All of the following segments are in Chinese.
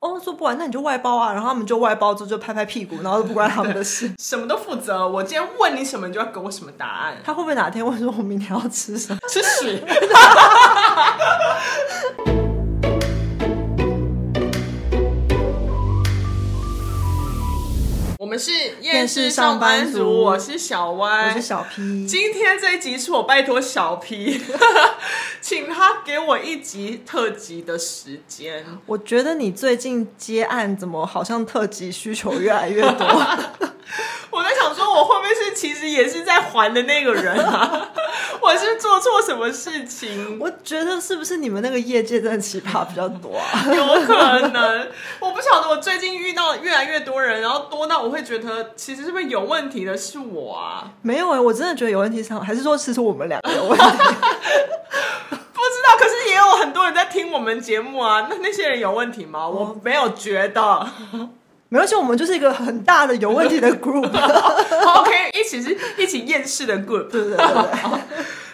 哦，做不完那你就外包啊，然后他们就外包之后就拍拍屁股，然后就不关他们的事。什么都负责。我今天问你什么，你就要给我什么答案。他会不会哪天问说我明天要吃什么？吃屎！ 我们是厌世上班族我是小歪，我是小 P，哎今天这一集是我拜托小 P，请他给我一集特辑的时间。我觉得你最近接案怎么好像特级需求越来越多？ 我在想说，我会不会是其实也是在还的那个人啊？ 我是做错什么事情？我觉得是不是你们那个业界真的奇葩比较多啊？ 有可能，我不晓得。我最近遇到越来越多人，然后多到我会觉得，其实是不是有问题的是我啊？没有哎、我真的觉得有问题上，还是说其实我们两个有问题？ 不知道，可是也有很多人在听我们节目啊。那那些人有问题吗？我没有觉得。没关系，我们就是一个很大的有问题的 group， OK，一起是一起厌世的 group。对对对对，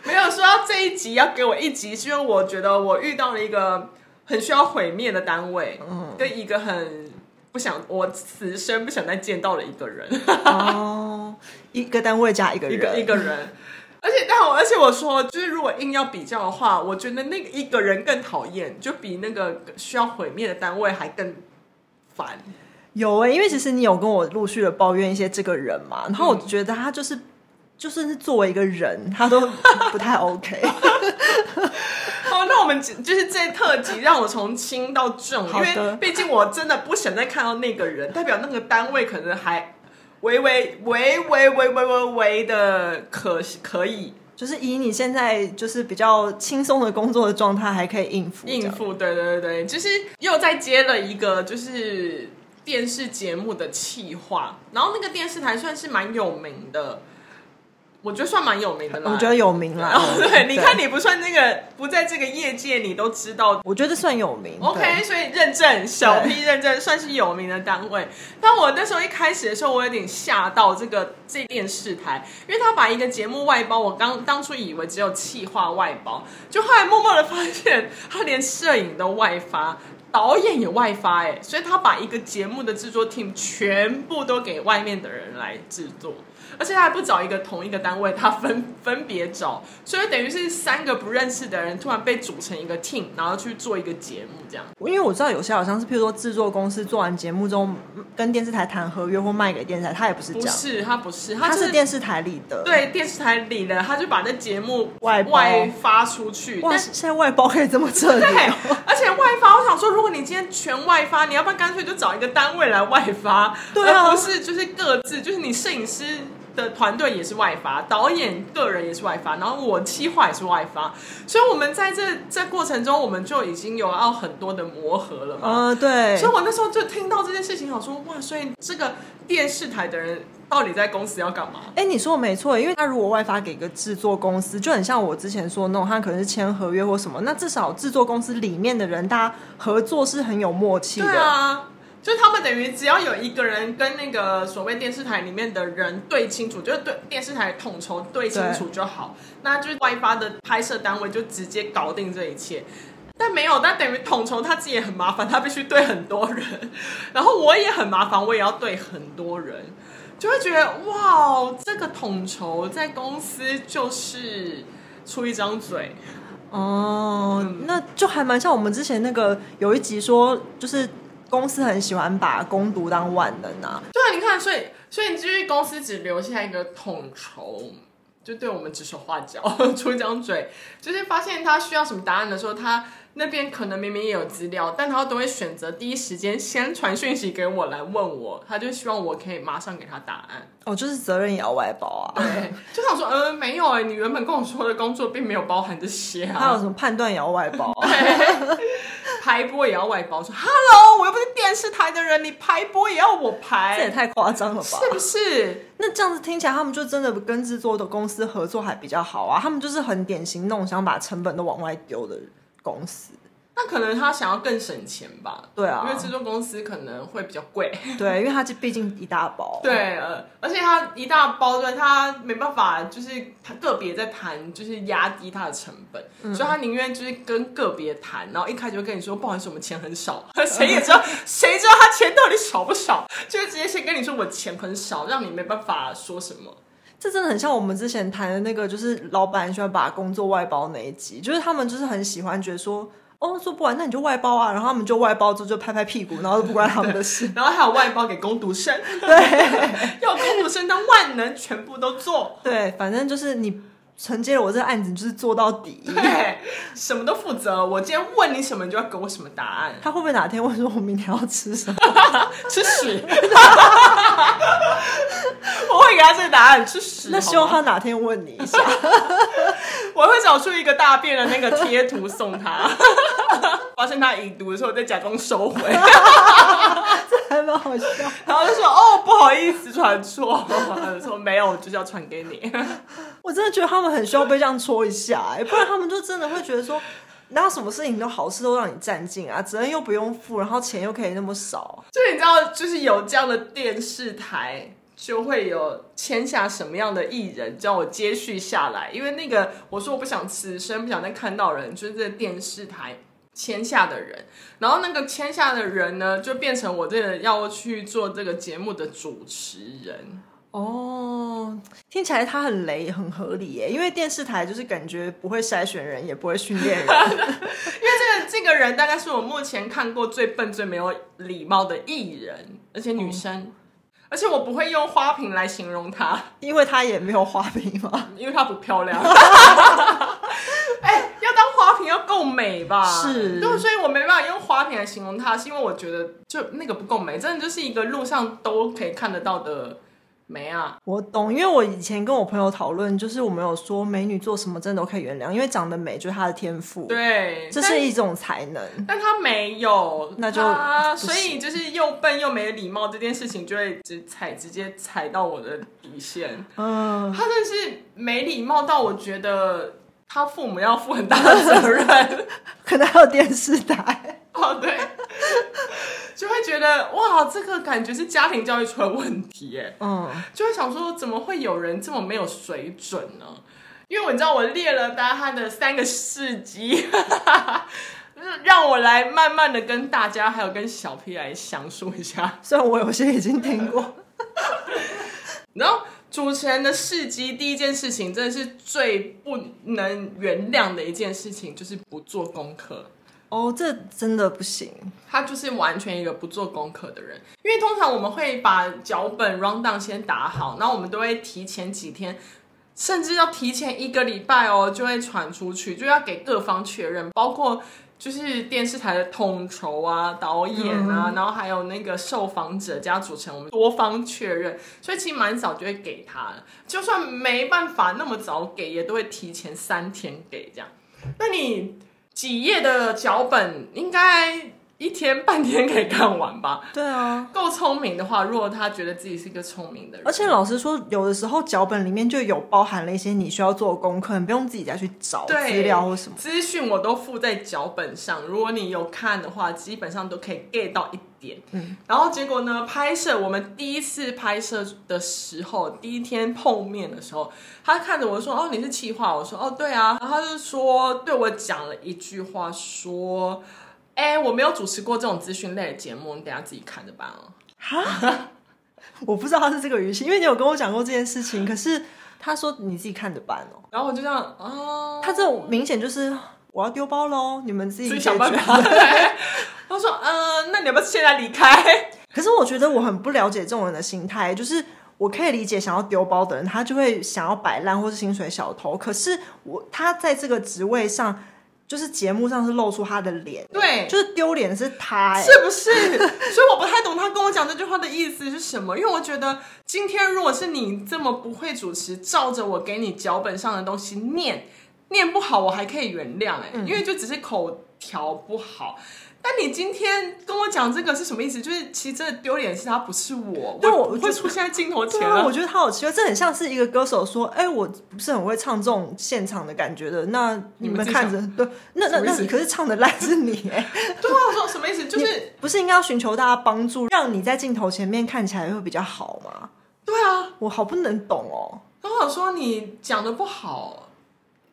没有说到这一集要给我一集，是因为我觉得我遇到了一个很需要毁灭的单位，嗯跟一个很不想我此生不想再见到的一个人，哦，一个单位加一个一人，个一个人。而且，但我而且我说，就是如果硬要比较的话，我觉得那个一个人更讨厌，就比那个需要毁灭的单位还更烦。有哎、因为其实你有跟我陆续的抱怨一些这个人嘛，然后嗯我觉得他就是。就是作为一个人，他都不太 OK。 好，那我们只就是这特辑让我从轻到重，因好的为毕竟我真的不想再看到那个人，代表那个单位可能还微微微微微微微微的可可以就是以你现在就是比较轻松的工作的状态，还可以应付这样应。付。对对对对，就是又再接了一个就是电视节目的企划，然后那个电视台算是蛮有名的，我觉得算蛮有名的啦。我觉得 有名啦然后。哦对，你看，你不算那个不在这个业界，你都知道我觉得算有名。 OK，对所以认证小 P 认证算是有名的单位。但我那时候一开始的时候，我有点吓到这个这电视台，因为他把一个节目外包，我刚当初以为只有企划外包，就后来默默的发现他连摄影都外发。导演也外发哎、所以他把一个节目的制作 team 全部都给外面的人来制作，而且他还不找一个同一个单位，他分分别找，所以等于是三个不认识的人突然被组成一个 team，然后去做一个节目这样。因为我知道有些好像是，譬如说制作公司做完节目之后，嗯跟电视台谈合约或卖给电视台，他也不是这不样，是，他不是，他他就是电视台里的。，对电视台里的，他就把那节目外包外发出去。哇，但是现在外包可以这么彻底对哦。， 而且外发，我想说，如果你今天全外发，你要不然干脆就找一个单位来外发，对啊而不是就是各自，就是你摄影师。的团队也是外发，导演个人也是外发，然后我企划也是外发，所以我们在这这过程中，我们就已经有要很多的磨合了嘛。嗯，对。所以我那时候就听到这件事情，想说哇，所以这个电视台的人到底在公司要干嘛？哎、你说的没错，因为他如果外发给一个制作公司，就很像我之前说的那种，他可能是签合约或什么，那至少制作公司里面的人，大家合作是很有默契对的。啊，就他们等于只要有一个人跟那个所谓电视台里面的人对清楚，就是对电视台统筹对清楚就好，那就是外发的拍摄单位就直接搞定这一切。但没有，但等于统筹他自己也很麻烦，他必须对很多人，然后我也很麻烦，我也要对很多人，就会觉得哇，这个统筹在公司就是出一张嘴，哦，嗯那就还蛮像我们之前那个有一集说，就是公司很喜欢把攻读当万能啊。对啊，你看，所以所以你就是公司只留下一个统筹，就对我们指手画脚， 出一张嘴，就是发现他需要什么答案的时候，他那边可能明明也有资料，但他都会选择第一时间先传讯息给我来问我，他就希望我可以马上给他答案。哦，就是责任也要外包啊， 对，就想说，呃，没有哎、你原本跟我说的工作并没有包含这些还有 啊什。么判断也要外包 啊、排播也要外包，说 Hello，我又不是电视台的人，你排播也要我这也排，太夸张了吧？是不是？那这样子听起来，他们就真的跟制作的公司合作还比较好啊。他们就是很典型那种想把成本都往外丢的公司。那可能他想要更省钱吧，对啊因为制作公司可能会比较贵。对，因为它这毕竟一大包，，对，呃，而且它一大包对，它没办法，就是它个别在谈，就是压低它的成本，所以他宁愿就是跟个别谈，然后一开始就跟你说，不好意思，我们钱很少，谁也知道，谁知道他钱到底少不少， 就直接先跟你说我钱很少，让你没办法说什么。这真的很像我们之前谈的那个，就是老板喜欢把工作外包那一集，就是他们就是很喜欢觉得说，哦，做不完那你就外包啊，然后他们就外包之后就拍拍屁股，然后就不关他们的 事。然后还有外包给工读生， 对，要工读生当万能，全部都做，对，反正就是你承接了我这个案子，你就是做到底。 对，什么都负责。我今天问你什么，你就要给我什么答案。他会不会哪天问说我明天要吃什么？吃屎！ 我会给他这个答案，吃屎。那希望好他吗哪天问你一下。我会找出一个大便的那个贴图 送他。发现他已读的时候，再假装收回，还蛮好笑。然后就说：“哦，不好意思，传错。”说没有，我就是要传给你。我真的觉得他们很需要被这样戳一下、哎不然他们就真的会觉得说，哪有什么事情都好事都让你占尽啊，责任又不用负，然后钱又可以那么少。就是你知道， 就是有这样的电视台，就会有签下什么样的艺人，叫我接续下来。因为那个我说我不想此生不想再看到人，就是这电视台签下的人。然后那个签下的人呢，就变成我这个要去做这个节目的主持人。哦，听起来他很雷，很合理耶、因为电视台就是感觉不会筛选人，也不会训练人。 因为这个这个人大概是我目前看过最笨、最没有礼貌的艺人，而且女生。而且我不会用花瓶来形容她。因为他也没有花瓶嘛。因为她不漂 亮。哎、要当花瓶要够美吧？是对，所以我没办法用花瓶来形容她，是因为我觉得就那个不够美，真的就是一个路上都可以看得到的美啊。我懂，因为我以前跟我朋友讨论，就是我们有说美女做什么真的都可以原谅，因为长得美就是她的天赋，，对，这但是一种才能。但她没有，那就她不行所以就是又笨又没礼貌这件事情，就会直踩直接踩到我的底线。嗯，她真的是没礼貌到我觉得她父母要负很大的责任。可能还有电视台。 哦，对，就会觉得哇，这个感觉是家庭教育出了问题耶，嗯，就会想说怎么会有人这么没有水准呢？因为我知道我列了大家他的三个事迹， 让我来慢慢的跟大家还有跟小 P 来详述一下。虽然我有些已经听过，然后主持人的事迹，第一件事情真的是最不能原谅的一件事情，就是不做功课。 哦，这真的不行。他就是完全一个不做功课的人，因为通常我们会把脚本 round down 先打好，然后我们都会提前几天，甚至要提前一个礼拜哦，就会传出去，就要给各方确认，包括就是电视台的统筹啊、导演啊，然后还有那个受访者加主持人，我们多方确认，所以其实蛮早就会给他了，就算没办法那么早给，也都会提前三天给这样。那你几页的脚本应该一天半天可以看完吧？对啊，够聪明的话，如果他觉得自己是一个聪明的人，而且老实说，有的时候脚本里面就有包含了一些你需要做的功课，你不用自己再去找对资料或什么。资讯我都附在脚本上，如果你有看的话，基本上都可以 get 到一点。嗯，然后结果呢，拍摄我们第一次拍摄的时候，第一天碰面的时候，他看着我说：“哦，你是企划。”我说：“哦，对啊。”然后他就说对我讲了一句话，说：“哎、我没有主持过这种资讯类的节目，你等一下自己看着办哦。”我不知道他是这个语气，因为你有跟我讲过这件事情，可是他说你自己看着办哦。然后我就这样，哦，他这种明显就是我要丢包喽，你们自己自己解想办决。 法。对他说，嗯、那你要不要现在离开？可是我觉得我很不了解这种人的心态，就是我可以理解想要丢包的人，他就会想要摆烂或是薪水小偷。可是我他在这个职位上，就是节目上是露出他的脸，对就是丢脸的是他、欸，是啊不是？ 所以我不太懂他跟我讲这句话的意思是什么，因为我觉得今天如果是你这么不会主持，照着我给你脚本上的东西嗯念，念不好我还可以原谅哎、因为就只是口条不好。但你今天跟我讲这个是什么意思？就是其实真的丢脸的是他，不是我，对我我不会出现在镜头前对啊，了。我觉得他好奇怪，这很像是一个歌手说：“哎、我不是很会唱这种现场的感觉的。”那你你们们自己看着，对，那那什么意那思你可是唱的烂是你 哎、对啊，我说什么意思？就是不是应该要寻求大家帮助，让你在镜头前面看起来会比较好吗？对啊，我好不能懂哦。刚好说你讲的不好，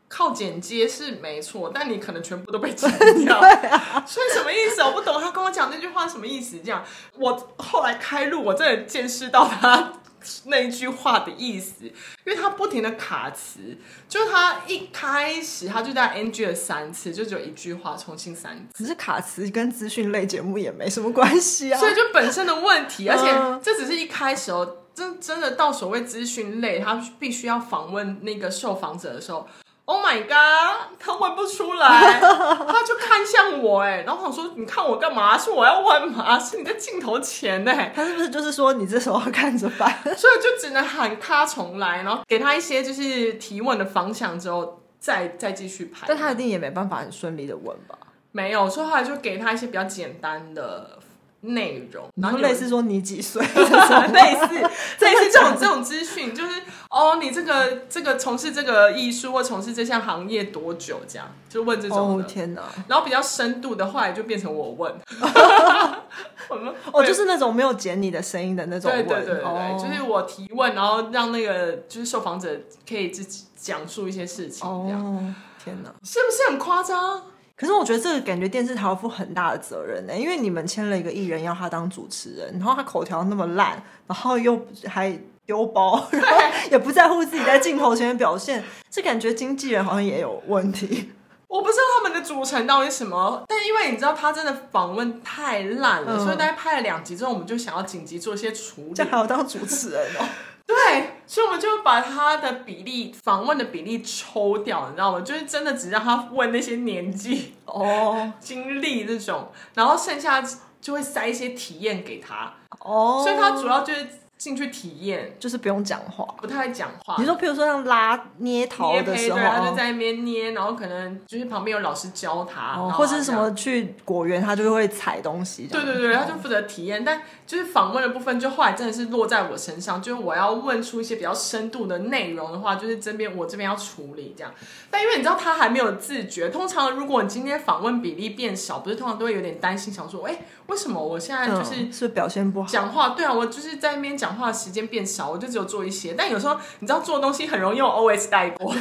靠剪接是没错，但你可能全部都被剪掉。所以什么意思？我不懂他跟我讲那句话什么意思。这样，我后来开录，我真的见识到他那一句话的意思，因为他不停的卡词，就是他一开始他就在 NG 了三次，就只有一句话重新三可次。是卡词跟资讯类节目也没什么关系啊。所以就本身的问题，而且嗯这只是一开始哦，真真的到所谓资讯类，他必须要访问那个受访者的时候。Oh my god，他问不出来，他就看向我哎、然后我想说你看我干嘛？是我要问吗？ 是你在镜头前哎、他是不是就是说你这时候要看着办？ 所以就只能喊他重来，然后给他一些就是提问的方向之后，再再继续拍。但他一定也没办法很顺利的问吧？没有，所以后来就给他一些比较简单的内容，然然后后类有似说你几 岁这种类似 类真的似这种假的这种资讯，就是哦，你这个这个从事这个艺术或从事这项行业多久？这样就问这种哦的。天哪！然后比较深度的，后来就变成我问，我们哦，就是那种没有剪你的声音的那种对问，对对对，哦、就是我提问，然后让那个就是受访者可以自己讲述一些事情，这样、哦，天哪！是不是很夸张？可是我觉得这个感觉电视台要负很大的责任呢、因为你们签了一个艺人要他当主持人，然后他口条那么烂，然后又还丢包，然后也不在乎自己在镜头前面表现，这感觉经纪人好像也有问题。我不知道他们的组成到底是什么，但因为你知道他真的访问太烂了，嗯所以大概拍了两集之后，我们就想要紧急做一些处这样。理还要当主持人 哦？对，所以我们就把他的比例访问的比例抽掉，你知道吗？就是真的只让他问那些年纪、哦经历这种，然后剩下就会塞一些体验给他，哦，所以他主要就是进去体验，就是不用讲话。不太讲话。你说，譬如说像拉捏桃捏的胚时对，候，他就哦在那边捏，然后可能就是旁边有老师教他，然哦后或他者是什这样么去果园，他就会踩东西这对样。对对，他就负责体验，但就是访问的部分，就后来真的是落在我身上，就是我要问出一些比较深度的内容的话，就是这边我这边要处理这样。但因为你知道他还没有自觉，通常如果你今天访问比例变少，不是通常都会有点担心，想说，哎，为什么我现在嗯，就是是表现不好。讲话，对啊，我就是在那边讲话的时间变少，我就只有做一些。但有时候你知道做东西很容易用 OS 带过，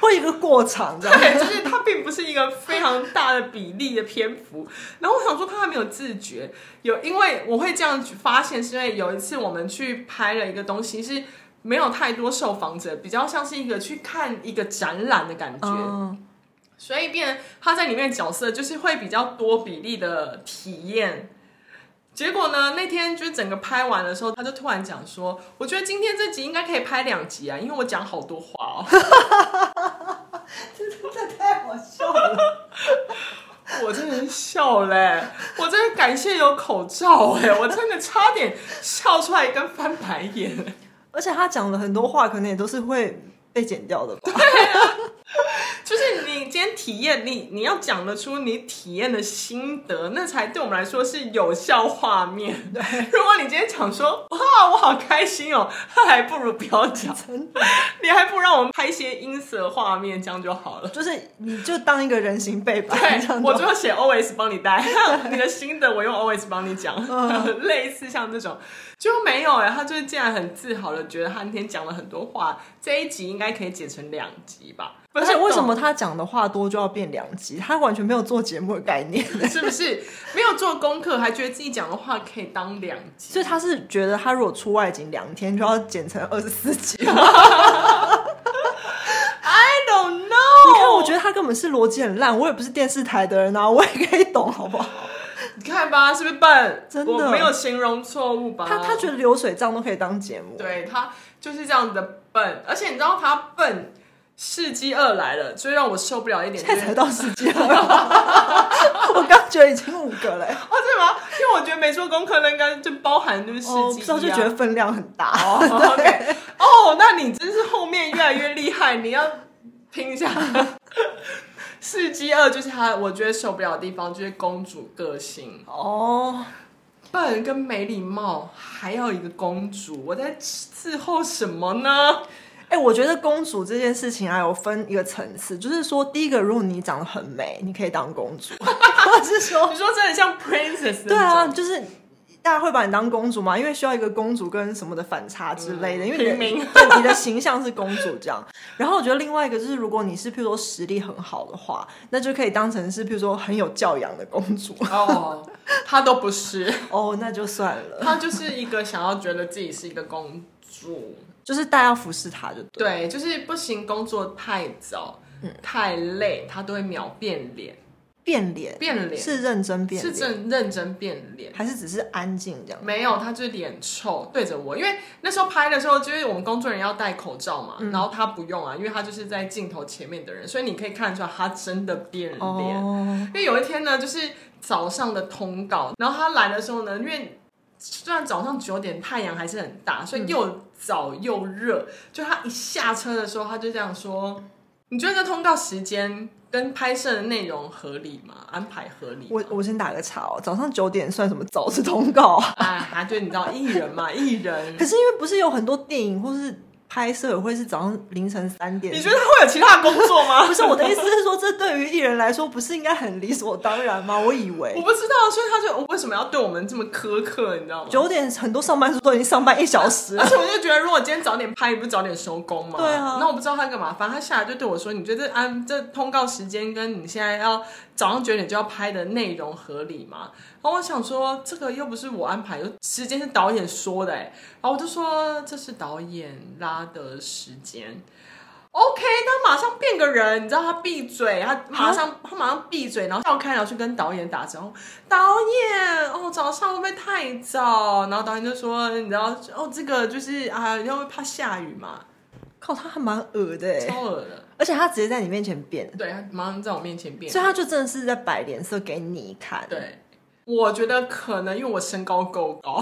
会有一个过场这样。对，就是它并不是一个非常大的比例的篇幅。然后我想说，他还没有自觉，有因为我会这样发现，是因为有一次我们去拍了一个东西是。没有太多受访者，比较像是一个去看一个展览的感觉，嗯， 所以变他在里面的角色就是会比较多比例的体验。结果呢，那天就是整个拍完的时候，他就突然讲说：“我觉得今天这集应该可以拍两集啊，因为我讲好多话哦。”这太好笑了。我真的是笑嘞、我真的感谢有口罩哎、我真的差点笑出来跟翻白眼。而且他讲了很多话，可能也都是会被剪掉的吧。就是你今天体验，你你要讲得出你体验的心得，那才对我们来说是有效画面。如果你今天讲说哇，我好开心哦，那还不如不要讲，真你还不如让我们拍一些音色画面，这样就好了。 就是你就当一个人形背板这对，样我子。最后写 always 帮你 带，你的心得我用 always 帮你讲，嗯 类似像这种就没有哎、他就是竟然很自豪的觉得他那天讲了很多话，这一集应该可以剪成两集吧？不而是且为什么他讲的话多就要变两集？他完全没有做节目的概念，是不是没有做功课，还觉得自己讲的话可以当两集？所以他是觉得他如果出外景两天就要剪成二十四 集。你 I don't know。看，我觉得他根本是逻辑很烂，我也不是电视台的人啊，我也可以懂，好不好？你看吧，是不是笨？真的我没有形容错误吧？他他觉得流水账都可以当节目，对他就是这样子的笨，而且你知道他笨，世纪二来了，最让我受不了一点就现是在才到十集了， 我刚觉得已经五个了、欸。哦，真的吗？因为我觉得没做功课那应该就包含就是世哦，不纪、知道就觉得。分量很大。 哦，OK，哦，那你真是后面越来越厉害，你要拼一下。四 G 二就是他，我觉得受不了的地方就是公主个性，哦，笨跟没礼貌，还要一个公主，我在伺候什么呢？哎、我觉得公主这件事情啊，有分一个层次，就是说，第一个，如果你长得很美，你可以当公主，或者是说你，说真的像 princess 那对啊，种就是大家会把你当公主嘛，因为需要一个公主跟什么的反差之类的，嗯因为你的平民 对你的形象是公主这样。然后我觉得另外一个就是，如果你是譬如说实力很好的话，那就可以当成是譬如说很有教养的公 主。哦，她都不是，哦，那就算了，她就是一个想要觉得自己是一个公主，就是大家要服侍她就对。对，就是不行，工作太早，嗯太累，她都会秒变脸，变脸变脸是认真变是脸，正认真变脸。还是只是安静这样？没有，他就是脸臭对着我，因为那时候拍的时候，就是我们工作人员要戴口罩嘛，嗯然后他不用啊，因为他就是在镜头前面的人，所以你可以看得出来他真的变脸。哦，因为有一天呢，就是早上的通告，然后他来的时候呢，因为虽然早上九点太阳还是很大，所以嗯又早又热，就他一下车的时候，他就这样说：“你觉得这通告时间跟拍摄的内容合理吗？安排合理吗？”我我先打个岔哦，早上九点算什么早是通告啊？啊，对，你知道艺人嘛，艺人可。是因为不是有很多电影或是拍摄也会是早上凌晨三点？你觉得他会有其他工作吗？不是我的意思是说，这对于艺人来说不是应该很理所当然吗？我以 我为不知道，所以他就哦为什么要对我们这么苛刻，你知道吗？九点很多上班族都已经上班一小时而了，且我就觉得，如果今天早点拍，你不是早点收工吗？对啊那我不知道他干嘛，反正他下来就对我说：“你觉得安这通告时间跟你现在要早上九点就要拍的内容合理吗？”然后我想说，这个又不是我安排，时间是导演说的、欸，然后我就说这是导演拉的时间。OK，他马上变个人，你知道他闭嘴，他马上他马上闭嘴，然后跳开，然后去跟导演打招呼。导演，哦，早上会不会太早？然后导演就说，你知道，哦，这个就是啊，因为怕下雨嘛，靠，他还蛮恶的欸超恶的。而且他直接在你面前变，对，他马上在我面前变。所以他就真的是在摆脸色给你看。，对，我觉得可能因为我身高够 高，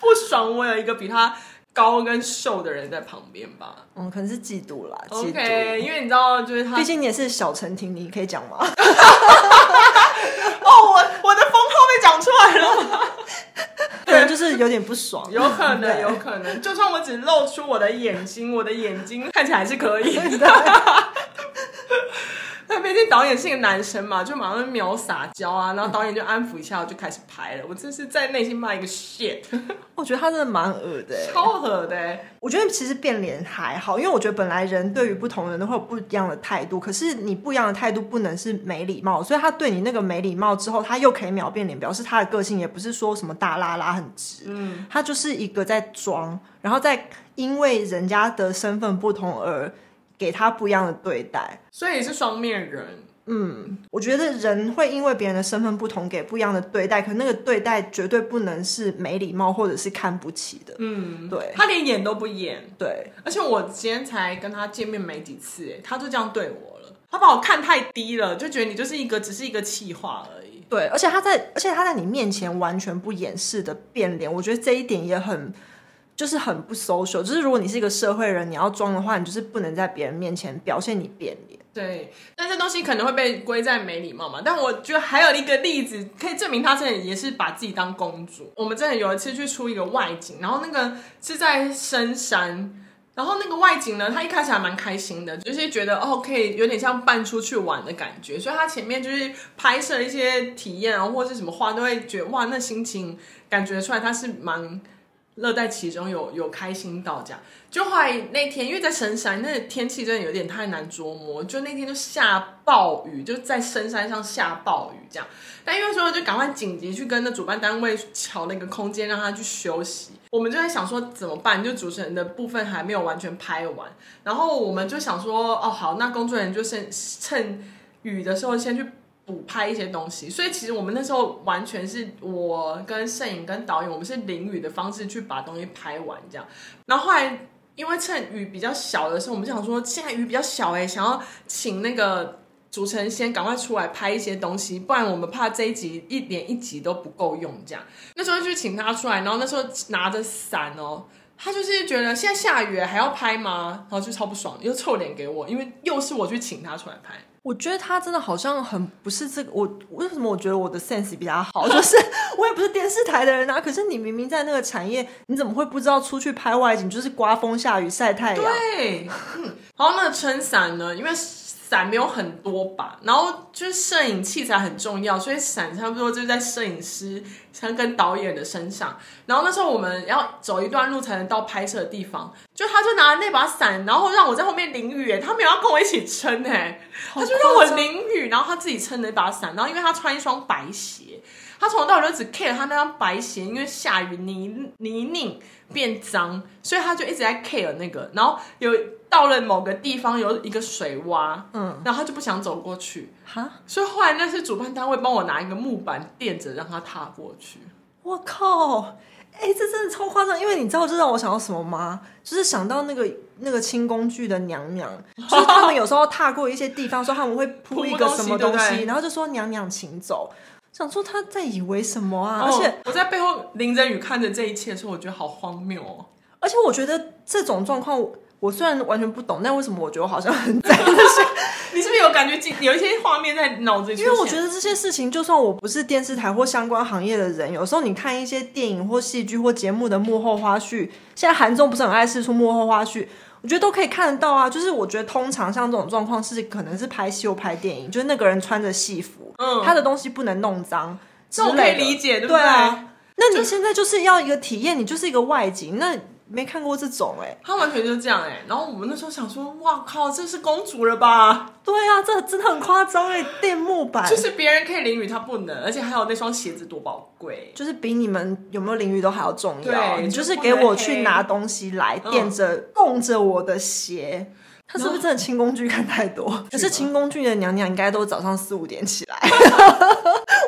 不爽我有一个比他高跟瘦的人在旁边吧。嗯，可能是嫉妒啦，嫉妒。 OK，因为你知道，就是他毕竟你也是小陈婷，你可以讲吗？哦，我我的封号被讲出来了，可能 就是有点不爽， 有可能，对有可能，就算我只露出我的眼睛，我的眼睛看起来还是可 以。那毕竟导演是一个男生嘛，就马上秒撒娇啊，然后导演就安抚一下，我就开始拍了。我真是在内心骂一个 shit，我觉得他真的蛮恶的欸、超狠的、欸。我觉得其实变脸还好，因为我觉得本来人对于不同人都会有不一样的态度，可是你不一样的态度不能是没礼貌，所以他对你那个没礼貌之后，他又可以秒变脸，表示他的个性也不是说什么大拉拉很直，嗯，他就是一个在装，然后再因为人家的身份不同而给他不一样的对待。所以是双面人，我觉得人会因为别人的身份不同给不一样的对待，可那个对待绝对不能是没礼貌或者是看不起的，嗯，对他连演都不演，对，而且我今天才跟他见面没几次、欸，他就这样对我了。他把我看太低了，就觉得你就是一个只是一个气话而已。对，而且他在，而且他在你面前完全不掩饰的变脸，我觉得这一点也很，就是很不 social。就是如果你是一个社会人，你要装的话，你就是不能在别人面前表现你变脸。对，但这东西可能会被归在没礼貌嘛。但我觉得还有一个例子可以证明他真的也是把自己当公主。我们真的有一次去出一个外景，然后那个是在深山。然后那个外景呢，他一开始还蛮开心的，就是觉得哦，可以有点像半出去玩的感觉，所以他前面就是拍摄一些体验啊，或是什么话，都会觉得哇，那心情感觉出来他是蛮乐在其中有有开心到这样。就后来那天，因为在深山，那天气真的有点太难捉摸，就那天就下暴雨，就在深山上下暴雨这样。但因为说就赶快紧急去跟那主办单位瞧了一个空间，让他去休息。我们就在想说怎么办，就主持人的部分还没有完全拍完，然后我们就想说，哦好，那工作人员就趁趁雨的时候先去。补拍一些东西，所以其实我们那时候完全是我跟摄影跟导演，我们是淋雨的方式去把东西拍完这样。然后后来因为趁雨比较小的时候，我们就想说现在雨比较小哎、想要请那个主持人先赶快出来拍一些东西，不然我们怕这一集一连一集都不够用这样。那时候就请他出来，然后那时候拿着伞哦。他就是觉得现在下雨还要拍吗？然后就超不爽，又臭脸给我，因为又是我去请他出来拍。我觉得他真的好像很不是这个，我为什么我觉得我的 sense 比他 好？就是我也不是电视台的人啊，可是你明明在那个产业，你怎么会不知道出去拍外景就是刮风下雨晒太阳？对，嗯然后那个撑伞呢，因为伞没有很多把，然后就是摄影器材很重要，所以伞差不多就是在摄影师像跟导演的身上。然后那时候我们要走一段路才能到拍摄的地方，就他就拿那把伞，然后让我在后面淋雨，哎他没有要跟我一起撑哎，好他就让我夸张淋雨，然后他自己撑了一把伞，然后因为他穿一双白鞋。他从头到尾就只 care 他那双白鞋，因为下雨泥泥泞变脏，所以他就一直在 care 那个。然后有到了某个地方有一个水洼，嗯，然后他就不想走过去，哈，所以后来那是主办单位帮我拿一个木板垫着让他踏过去。我靠！哎、这真的超夸张，因为你知道这让我想到什么吗？就是想到那个那个清宫剧的娘 娘，就是他们有时候踏过一些地方，说他们会铺一个什么铺东东西西，对不对然后就说娘娘请走，想说他在以为什么啊？哦而且我在背后淋着雨看着这一切的时候，我觉得好荒谬哦。而且我觉得这种状况，我虽然完全不懂，但为什么我觉得我好像很在意这些？你是不是有感觉进有一些画面在脑子里出因现？为我觉嗯得这些事情，就算我不是电视台或相关行业的人，有时候你看一些电影或戏剧或节目的幕后花絮，现在韩综不是很爱试出幕后花絮。我觉得都可以看得到啊，就是我觉得通常像这种状况是可能是拍戏或拍电影，就是那个人穿着戏服，嗯他的东西不能弄脏之这我可以类的，理解，对对不对？啊。那你现在就是要一个体验，你就是一个外景，那没看过这种哎、他完全就是这样哎、然后我们那时候想说，哇靠，这是公主了吧？对啊，这真的很夸张哎，电木板就。是别人可以淋雨，她不能，而且还有那双鞋子多宝贵。就是比你们有没有淋雨都还要重要，对你就就是不给能我黑去拿东西来嗯垫着、供着我的鞋，他是不是真的清宫剧看太 多？可是清宫剧的娘娘应该都早上四五点起来，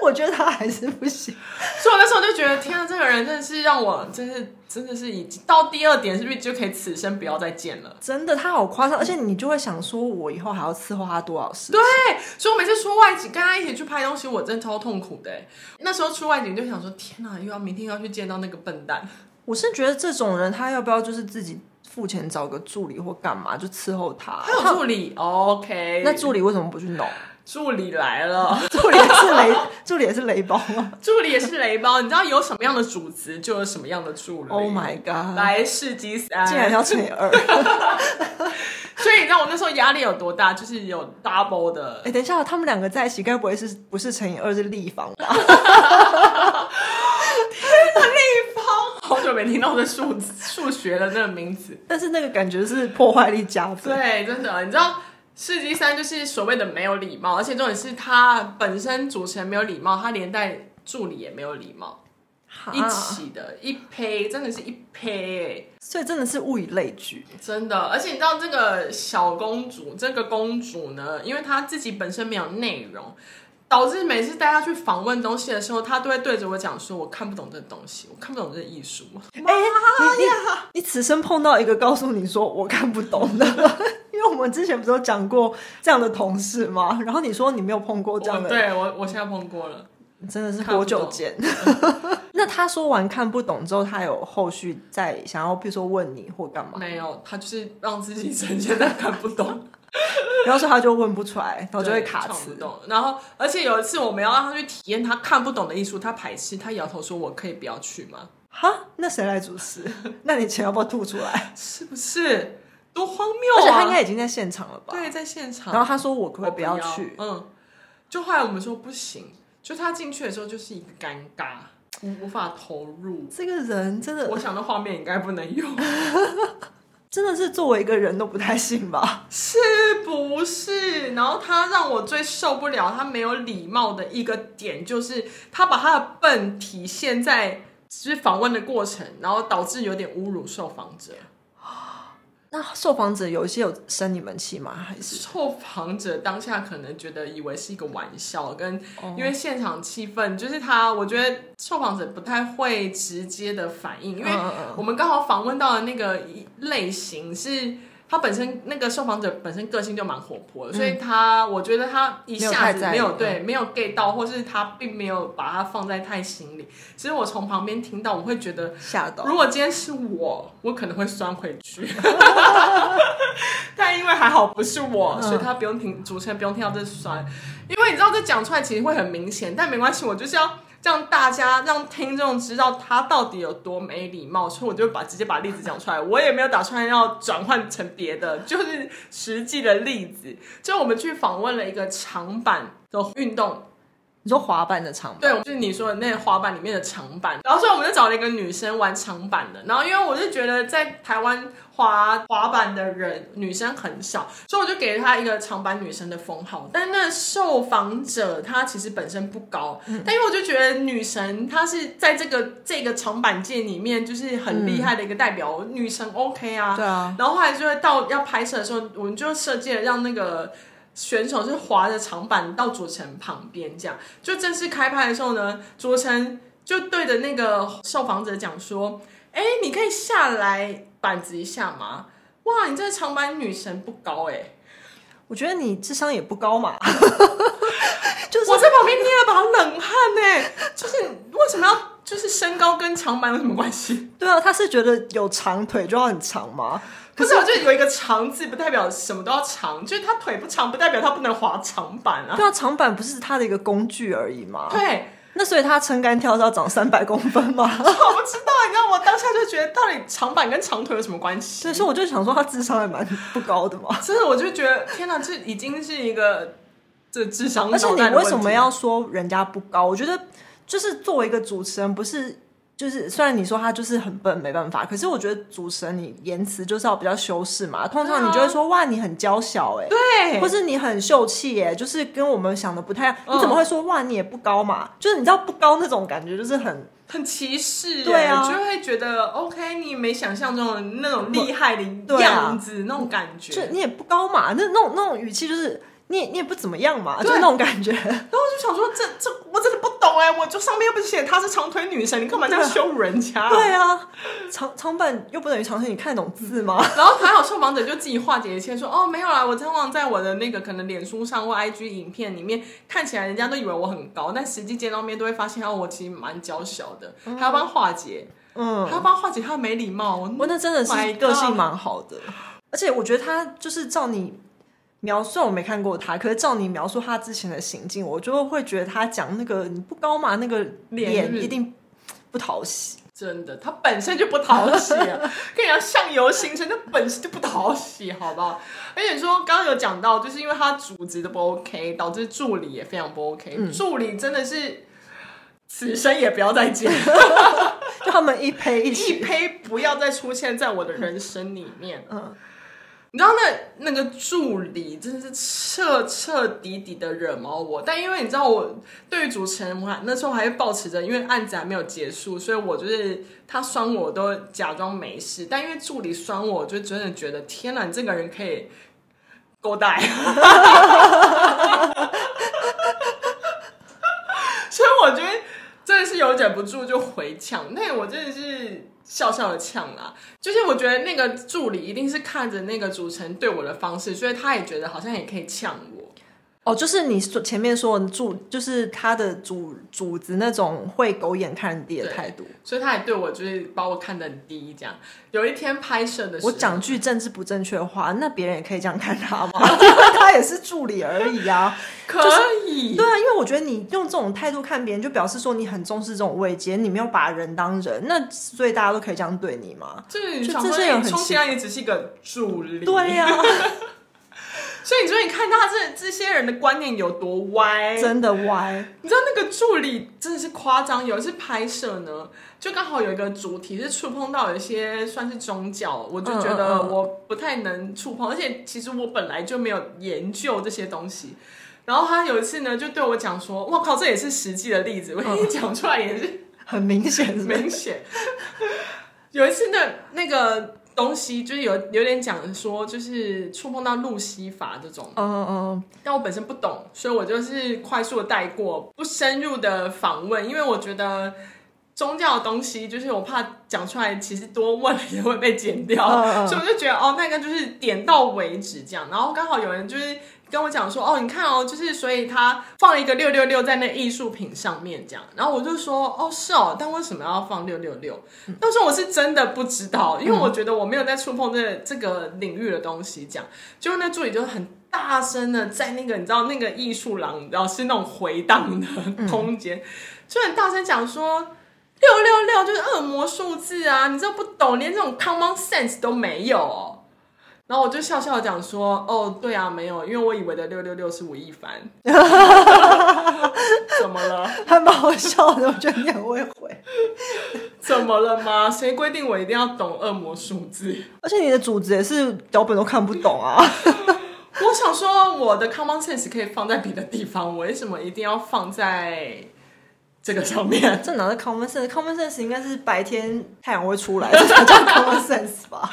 我觉得她还是不行。所以我那时候就觉得，天啊，这个人真的是让我，真是真的是已经到第二点，是不是就可以此生不要再见了？真的，她好夸张，而且你就会想说，我以后还要伺候她多少事？对，对，所以我每次出外景跟他一起去拍东西，我真的超痛苦的欸。那时候出外景就想说，天啊哪，又要明天又要去见到那个笨蛋。我是觉得这种人，她要不要就是自己付钱找个助理或干嘛，就伺候 她？还有助理、o k 那助理为什么不去 弄？助理来了，助理也是雷， 助理也是雷包吗助理也是雷包，你知道有什么样的主子就有什么样的 助理。 ？Oh my god！来世级三，竟然要乘以二！哎所以你知道我那时候压力有多大，就是有 double 的哎、等一下，他们两个在一起，该不会是不是乘以二是立方吧？ 好久没听到这数字数学的这个名 字。但是那个感觉是破坏力加分。对，真的，你知道世纪三就是所谓的没有礼貌，而且重点是他本身主持人没有礼貌，他连带助理也没有礼貌，哈一起的，一胚，真的是一胚、所以真的是物以类聚。真的。而且你知道这个小公主，这个公主呢，因为她自己本身没有内容。导致每次带她去访问东西的时候，她都会对着我讲说：“我看不懂这东西，我看不懂这艺术。”哎、你你你此生碰到一个告诉你说我看不懂 的，因为我们之前不是有讲过这样的同事吗？然后你说你没有碰过我这样的，对我，我现在碰过了。真的是活久见。 那他说完看不懂之后，他有后续再想要，比如说问你或干嘛，没有，他就是让自己呈现但看不懂，然后所以他就问不出来， 然后就会对卡唱词不。懂。然后，而且有一次我们要让他去体验他看不懂的艺术，他排斥，他摇头说：“我可以不要去吗哈，那谁来主持？那你钱要不要吐出来？？”是不是多荒而谬且他啊！应该已经在现场了吧？。对，在现然后场，他说我可不可我以不要去？嗯，就后来我们说不行，就他进去的时候就是一个尴尬，无无法投入。这个人真的我想的画面应该不能用，真的是作为一个人都不太信吧？ 是不是？然后他让我最受不了，他没有礼貌的一个点就是，他把他的笨体现在就是访问的过程，然后导致有点侮辱受访者。 那受访者有一些有生你们气吗？还是受访者当下可能觉得以为是一个玩笑，跟哦因为现场气氛就是他，我觉得受访者不太会直接的反应，因为嗯嗯嗯我们刚好访问到的那个一类型是他本身那个受访者本身个性就蛮活泼的，所以他我觉得他一下子没有太在没有意嗯对没有 get 到，或是他并没有把它放在太心里。其实我从旁边听到，我会觉得，吓到如。果今天是我，我可能会酸回去。但因为还好不是我，所以他不用听主持人不用听到这酸，因为你知道这讲出来其实会很明显，但没关系，我就是要。让大家让听众知道他到底有多没礼貌，所以我就把直接把例子讲出来。我也没有打算要转换成别的，就是实际的例子。就我们去访问了一个长板的运动你说滑板的场对，就是你说的那滑板里面的长板。然后所以我们就找了一个女生玩长板的。然后因为我就觉得在台湾滑滑板的人女生很少，所以我就给了她一个长板女生的封号。但那受访者她其实本身不高，但因为我就觉得女神她是在这个这个长板界里面就是很厉害的一个代表，女神 OK 啊。对啊，然后后来就会到要拍摄的时候，我们就设计了让那个选手是滑着长板到主持人旁边，这样就正式开拍的时候呢，主持人就对着那个受访者讲说：“哎，你可以下来板子一下吗？哇，你这个长板女神不高哎、我觉得你智商也不高 嘛，就是我在旁边捏了把冷汗哎、就是为什么要就是身高跟长板有什么关系？对啊，他是觉得有长腿就要很长吗？ 可是我觉得有一个长字不代表什么都要长，就是他腿不长不代表他不能滑长板啊。对啊，长板不是他的一个工具而已吗？对，那所以他撑杆跳是要长三百公分 吗？我不知道，你知道我当下就觉得到底长板跟长腿有什么关系？所以说我就想说他智商也蛮不高的嘛。真的，我就觉得天哪，这已经是一个这智商。而且你为什么要？说人家不高？我觉得就是作为一个主持人，不是就是虽然你说他就是很笨，没办法，可是我觉得主持人你言辞就是要比较修饰嘛。通常你就会说、哇，你很娇小哎、啊对，或是你很秀气耶，就是跟我们想的不太。你怎嗯么会说哇？你也不高嘛？就是你知道不高那种感觉，就是很很歧视耶，对啊就会觉得 OK，你没想象中的那种厉害的对啊样子，那种感觉。就你也不高嘛，那那种那种语气就是你也你也不怎么样嘛，就对那种感觉。然后我就想说，这这我真的不懂哎，我就上面又不是写她是长腿女神，你干嘛这啊样羞辱人家？对啊，长长板又不等于长腿，你看得懂字吗？然后还有受访者就自己化解一切，说哦没有啦，我通常在我的那个可能脸书上或 IG 影片里面看起来人家都以为我很高，但实际见到面都会发现哦我其实蛮娇小的，还要帮化解，嗯还，要帮化解他的没礼貌，我那真的 My 是 God 个性蛮好的，而且我觉得他就是照你描述，虽然我没看过他，可是照你描述他之前的行径，我就会觉得他讲那个你不高嘛，那个脸是脸不是一定不讨喜。真的他本身就不讨喜、啊，跟人家相由心生，他本身就不讨喜，好不好？而且说刚刚有讲到，就是因为他组织的不 OK，导致助理也非常不 OK，、助理真的是此生也不要再见。就他们一胚一一起，胚不要再出现在我的人生里面。嗯，你知道那那个助理真的是彻彻底底的惹毛我，但因为你知道我对于主持人，我还那时候还是保持着，因为案子还没有结束，所以我就是他酸我我都假装没事，但因为助理酸我，我就真的觉得天哪，你这个人可以 勾带。所以我觉得真的是有忍不住就回呛，那我真的是笑笑的呛啦。就是我觉得那个助理一定是看着那个主持人对我的方式，所以他也觉得好像也可以呛我。哦，就是你说前面说的主，就是他的主主子那种会狗眼看人低的对态度。所以他也对我就是把我看得很低，这样。有一天拍摄的时我候，讲句政治不正确的话，那别人也可以这样看他 吗？他也是助理而已啊。可以，对啊，因为我觉得你用这种态度看别人，就表示说你很重视这种位阶，你没有把人当人，那所以大家都可以这样对你嘛？就是你就想这说，是有哎很充奇其量也只是一个助理。对 呀、所以你说，你看他这这些人的观念有多歪，真的歪。你知道那个助理真的是夸张，有一次拍摄呢，就刚好有一个主题是触碰到有一些算是宗教，我就觉嗯嗯得嗯我不太能触碰，而且其实我本来就没有研究这些东西。然后他有一次呢，就对我讲说：“我靠，这也是实际的例子，我跟你讲出来也是很明显是不是，明显。有一次那那个东西，就是有有点讲说，就是触碰到路西法这种，嗯嗯，但我本身不懂，所以我就是快速的带过，不深入的访问，因为我觉得。宗教的东西，就是我怕讲出来，其实多问了也会被剪掉，嗯嗯所以我就觉得哦，那个就是点到为止这样。然后刚好有人就是跟我讲说，哦，你看哦，就是所以他放了一个六六六在那艺术品上面这样。然后我就说，哦，是哦，但为什么要放六六六？嗯那时候我是真的不知道，因为我觉得我没有在触碰这这个领域的东西这样。就那助理就很大声的在那个你知道那个艺术廊，你知道是那种回荡的 空间，就很大声讲说。六六六就是恶魔数字啊！你这不懂，连这种 common sense 都没有、哦。然后我就笑笑地讲说：“哦，对啊，没有，因为我以为的六六六是吴亦凡。”怎么了？还蛮好笑的，我觉得你很会回。怎么了吗？谁规定我一定要懂恶魔数字？而且你的主旨也是脚本都看不懂啊。我想说，我的 common sense 可以放在别的地方，我为什么一定要放在这个上 面？这哪是 common sense？common sense 应该是白天太阳会出 来，这才叫 common sense 吧？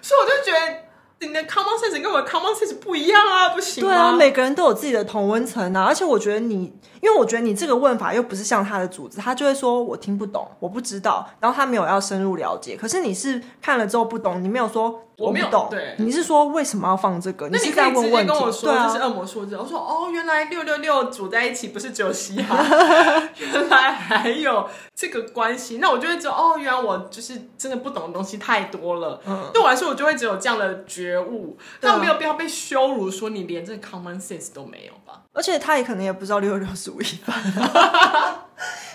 所以我就觉得你的 common sense 跟我的 common sense 不一样啊，不行吗？对啊，每个人都有自己的同温层啊。而且我觉得你，因为我觉得你这个问法又不是像他的组织，他就会说我听不懂，我不知道，然后他没有要深入了解。可是你是看了之后不懂，你没有说我没不有懂，对你是说为什么要放这个？那是你可在以直问接问题，跟我说对啊这是恶呃魔数字，我说哦，原来六六六组在一起不是只有嘻哈， 原来还有这个关系。那我就会知道哦，原来我就是真的不懂的东西太多了。嗯对我来说，我就会只有这样的觉悟，对啊但我没有必要被羞辱，说你连这个 common sense 都没有吧？而且他也可能也不知道六六是五一 半，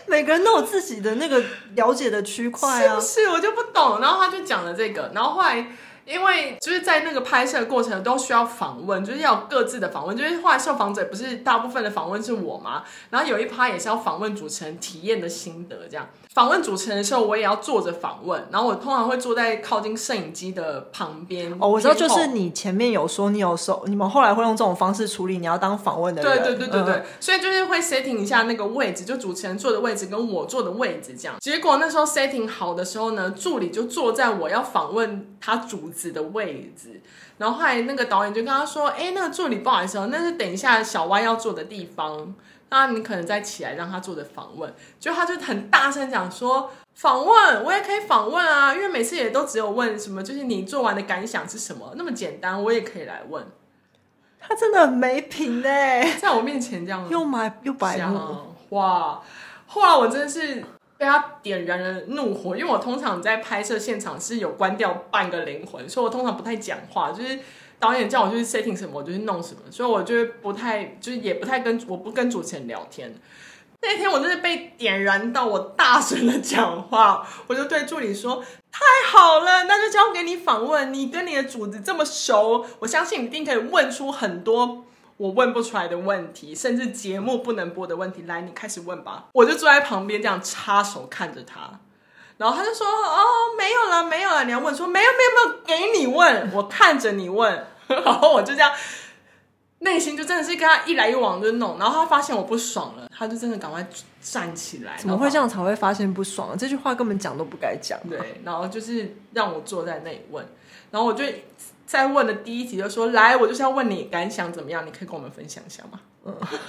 每个人都有自己的那个了解的区块是啊不。是？我就不懂。然后他就讲了这个，然后后来。因为就是在那个拍摄的过程都需要访问，就是要有各自的访问。就是后来受访者不是大部分的访问是我嘛，然后有一趴也是要访问主持人体验的心得这样。访问主持人的时候，我也要坐着访问，然后我通常会坐在靠近摄影机的旁边。哦，我知道，就偏后是你前面有说你有收，你们后来会用这种方式处理你要当访问的人，对对对对对，嗯所以就是会 setting 一下那个位置，就主持人坐的位置跟我坐的位置这样。结果那时候 setting 好的时候呢，助理就坐在我要访问他主子的位置，然后后来那个导演就跟他说：“哎，那个助理不好意思哦，那是等一下小歪要坐的地方。”那你可能再起来让他坐着访问，就他就很大声讲说访问，我也可以访问啊，因为每次也都只有问什么，就是你做完的感想是什么，那么简单，我也可以来问，他真的很没品哎、在我面前这样又买又白讲目，哇！后来我真的是被他点燃了怒火，因为我通常在拍摄现场是有关掉半个灵魂，所以我通常不太讲话，就是。导演叫我就是 setting 什么，我就是弄什么，所以我就不太，就是也不太跟我不跟主持人聊天。那天我真的被点燃到，我大声的讲话，我就对助理说：“太好了，那就交给你访问。你跟你的主子这么熟，我相信你一定可以问出很多我问不出来的问题，甚至节目不能播的问题。来，你开始问吧。”我就坐在旁边这样插手看着他，然后他就说：“哦，没有了，没有了。”你要问说：“没有，没有，没有，给你问，我看着你问。” 然后我就这样。内心就真的是跟他一来一往就弄，然后他发现我不爽了，他就真的赶快站起来。怎么然后把会这样才会发现不爽？这句话根本讲都不该讲。对，然后就是让我坐在那里问，然后我就在问的第一题就说：“来，我就是要问你感想怎么样，你可以跟我们分享一下吗？”嗯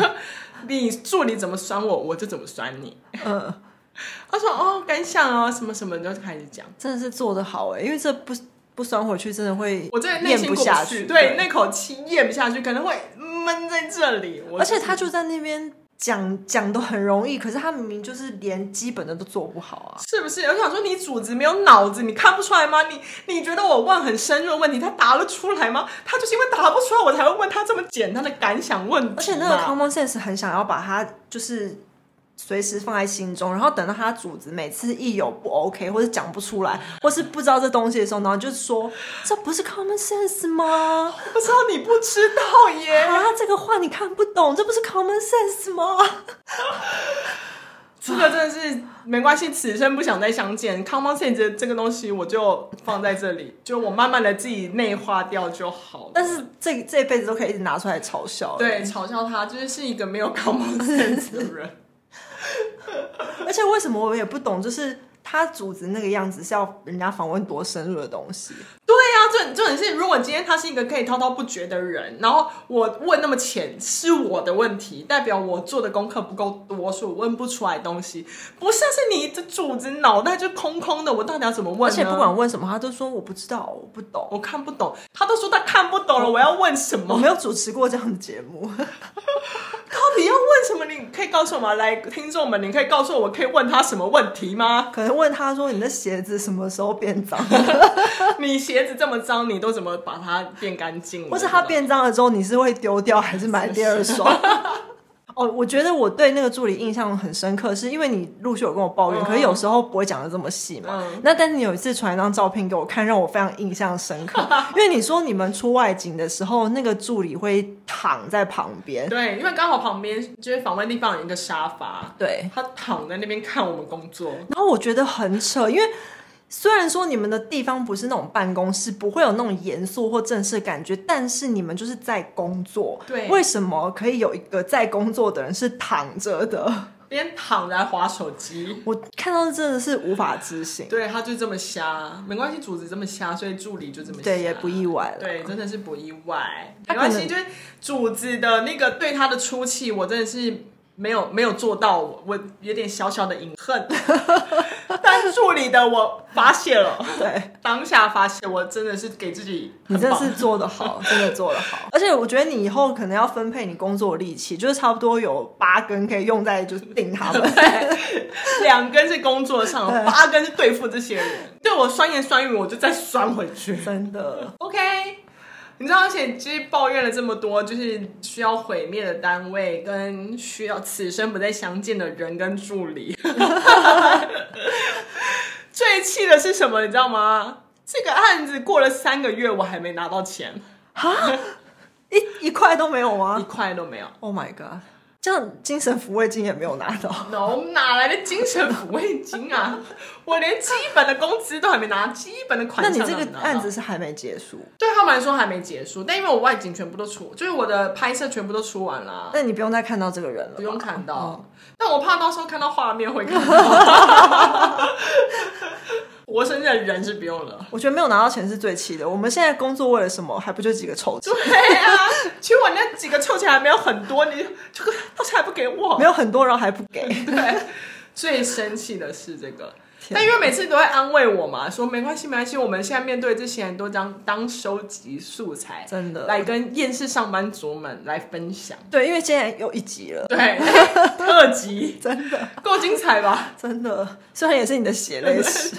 你助理怎么酸我，我就怎么酸你。嗯， 他说：“哦，感想哦，什么什么，你就开始讲。”真的是做的好哎、因为这不不酸回去真的会我真的内咽心不过下去，去，对那口气咽不下去，可能会闷在这里。我而且他就在那边讲讲的很容易，可是他明明就是连基本的都做不好啊。是不是？我想说，你组织没有脑子，你看不出来吗？你你觉得我问很深入的问题，他答得出来吗？他就是因为答不出来，我才会问他这么简单的感想问题。而且那个 common sense 很想要把它就是随时放在心中，然后等到他主子每次一有不 OK 或者讲不出来，或是不知道这东西的时候，然后就说这不是 common sense 吗？我知道你不知道耶，啊，这个话你看不懂，这不是 common sense 吗？这个真的是没关系，此生不想再相见。common sense 这个东西，我就放在这里，就我慢慢的自己内化掉就好了。但是这这一辈子都可以一直拿出来嘲笑。对，嘲笑他就是是一个没有 common sense 的人。而且为什么我也不懂，就是他主子那个样子是要人家访问多深入的东西？对啊，就就很是，如果今天他是一个可以滔滔不绝的人，然后我问那么浅是我的问题，代表我做的功课不够多，所以我问不出来东西。不像是你这主子脑袋就空空的，我到底要怎么问呢？而且不管问什么，他都说我不知道，我不懂，我看不懂，他都说他看不懂了，我要问什我么？没有主持过这样的节目。 到底要问什么？你可以告诉我吗？来，听众们，你可以告诉我，我可以问他什么问题吗？可能问他说你的鞋子什么时候变脏，你鞋子这么脏，你都怎么把它变干净了？或是他变脏了之后你是会丢掉还是买第二双？ 哦，我觉得我对那个助理印象很深刻，是因为你陆续有跟我抱怨，嗯可是有时候不会讲的这么细嘛。嗯那但是你有一次传一张照片给我看，让我非常印象深 刻，因为你说你们出外景的时候，那个助理会躺在旁边，对，因为刚好旁边就是访问地方有一个沙发，对，他躺在那边看我们工作。然后我觉得很扯，因为虽然说你们的地方不是那种办公室，不会有那种严肃或正式的感觉，但是你们就是在工作。对为什么可以有一个在工作的人是躺着的？边躺着还划手机。我看到真的是无法置信。对，他就这么瞎，没关系，主子这么瞎，所以助理就这么瞎，对，也不意外了。对，真的是不意外。他没可能关系，就是主子的那个对他的出气，我真的是没有没有做到，我我有点小小的隐恨。 但助理的我发泄了，对，当下发泄，我真的是给自己你很真的棒，是做得 好，真的做得好。而且我觉得你以后可能要分配你工作的力气，就是差不多有八根可以用在就是定他们。 两根是工作上，对八根是对付这些人。对我酸言酸语，我就再酸回去。真的， OK，你知道，而且其实抱怨了这么多，就是需要毁灭的单位，跟需要此生不再相见的人跟助理。 最气的是什么？你知道吗？这个案子过了三个月，我还没拿到钱，一一块都没有一吗块都没有。 ？Oh my god！这样精神抚慰金也没有拿 到。 no, 我们哪来的精神抚慰金啊？ 我连基本的工资都还没拿，基本的款那项你都还这没拿个到案子是还没结束，对他们来说还没结束，但因为我外景全部都出，就是我的拍摄全部都出完了。啊那你不用再看到这个人了吧，不用看到，哦但我怕到时候看到画面会看到。 活生生的人是不用了。我觉得没有拿到钱是最气的。我们现在工作为了什么？还不就几个臭钱？对啊，其实我那几个凑起来没有很多，你这个到时候还不给我没，有很多人还不给， 最生气的是这个。天哪但因为每次都会安慰我嘛，说没关系，没关系，我们现在面对这些人都当当收集素材，真的来跟厌世上班族们来分享。对，因为现在又一集了，对， 特辑真的够精彩吧？真的，虽然也是你的血泪史，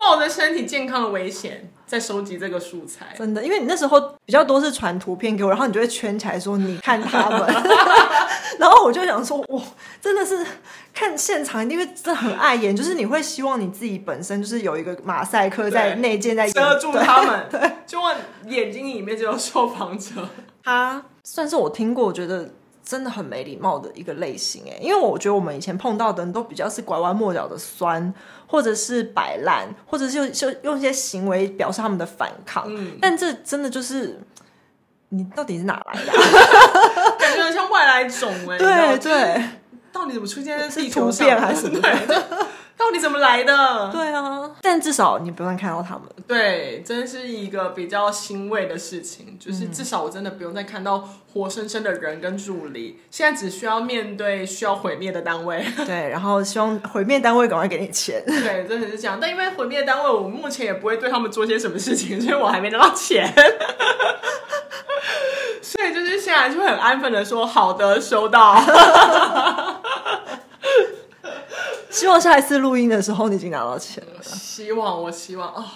冒着身体健康的危险在收集这个素材，真的，因为你那时候比较多是传图片给我，然后你就会圈起来说你看他们， 然后我就想说，哇，真的是看现场一定会真的很碍眼，就是你会希望你自己本身就是有一个马赛克在对内建在遮住对 他们，就我眼睛里面只有受访 者。他算是我听过，我觉得真的很没礼貌的一个类型哎，因为我觉得我们以前碰到的人都比较是拐弯抹角的酸，或者是摆烂，或者是用就用一些行为表示他们的反抗，嗯但这真的就是。你到底是哪来的、啊感觉很像外来种哎、对你知道就是 对到底怎么出现在是地球突上变还是什么对，就 到底怎么来的？对啊！但至少你不用看到他们，对，真是一个比较欣慰的事情，嗯就是至少我真的不用再看到活生生的人跟助理，现在只需要面对需要毁灭的单位。对。然后希望毁灭单位赶快给你钱， 对，真的是这样。但因为毁灭单位，我目前也不会对他们做些什么事情， 所以我还没拿到钱。 所以就是现在就会很安分的说：“好的，收到。 希望下一次录音的时候你已经拿到钱了”。希望我希望啊、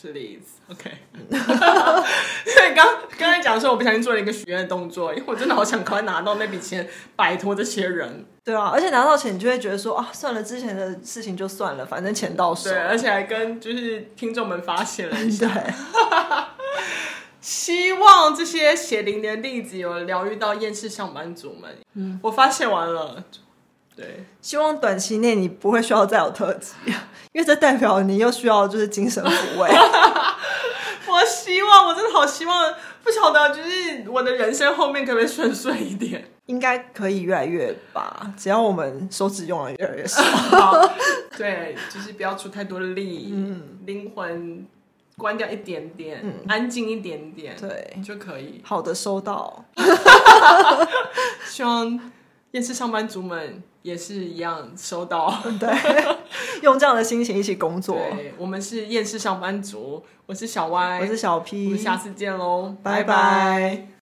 p l e a s e o k 所以刚刚才讲说，我不小心做了一个许愿的动作，因为我真的好想赶快拿到那笔钱，摆脱这些人。对啊，而且拿到钱你就会觉得说啊，算了，之前的事情就算了，反正钱到手对，。而且还跟就是听众们发泄了一下。对。希望这些血淋淋的例子有疗愈到厌世上班族们。嗯，我发泄完了，对，希望短期内你不会需要再有特辑， 因为这代表你又需要就是精神抚 慰。 我希望，我真的好希望，不晓得就是我的人生后面可不可以顺遂一点？应该可以越来越吧，只要我们手指用的越来 越少。好，对，就是不要出太多力，嗯，灵魂关掉一点点，安静一点点，对，就可以。好的，收到。希望厌世上班族们也是一样收到。对，用这样的心情一起工作。对，我们是厌世上班族，我是小歪，我是小我 P，们下次见喽，拜拜拜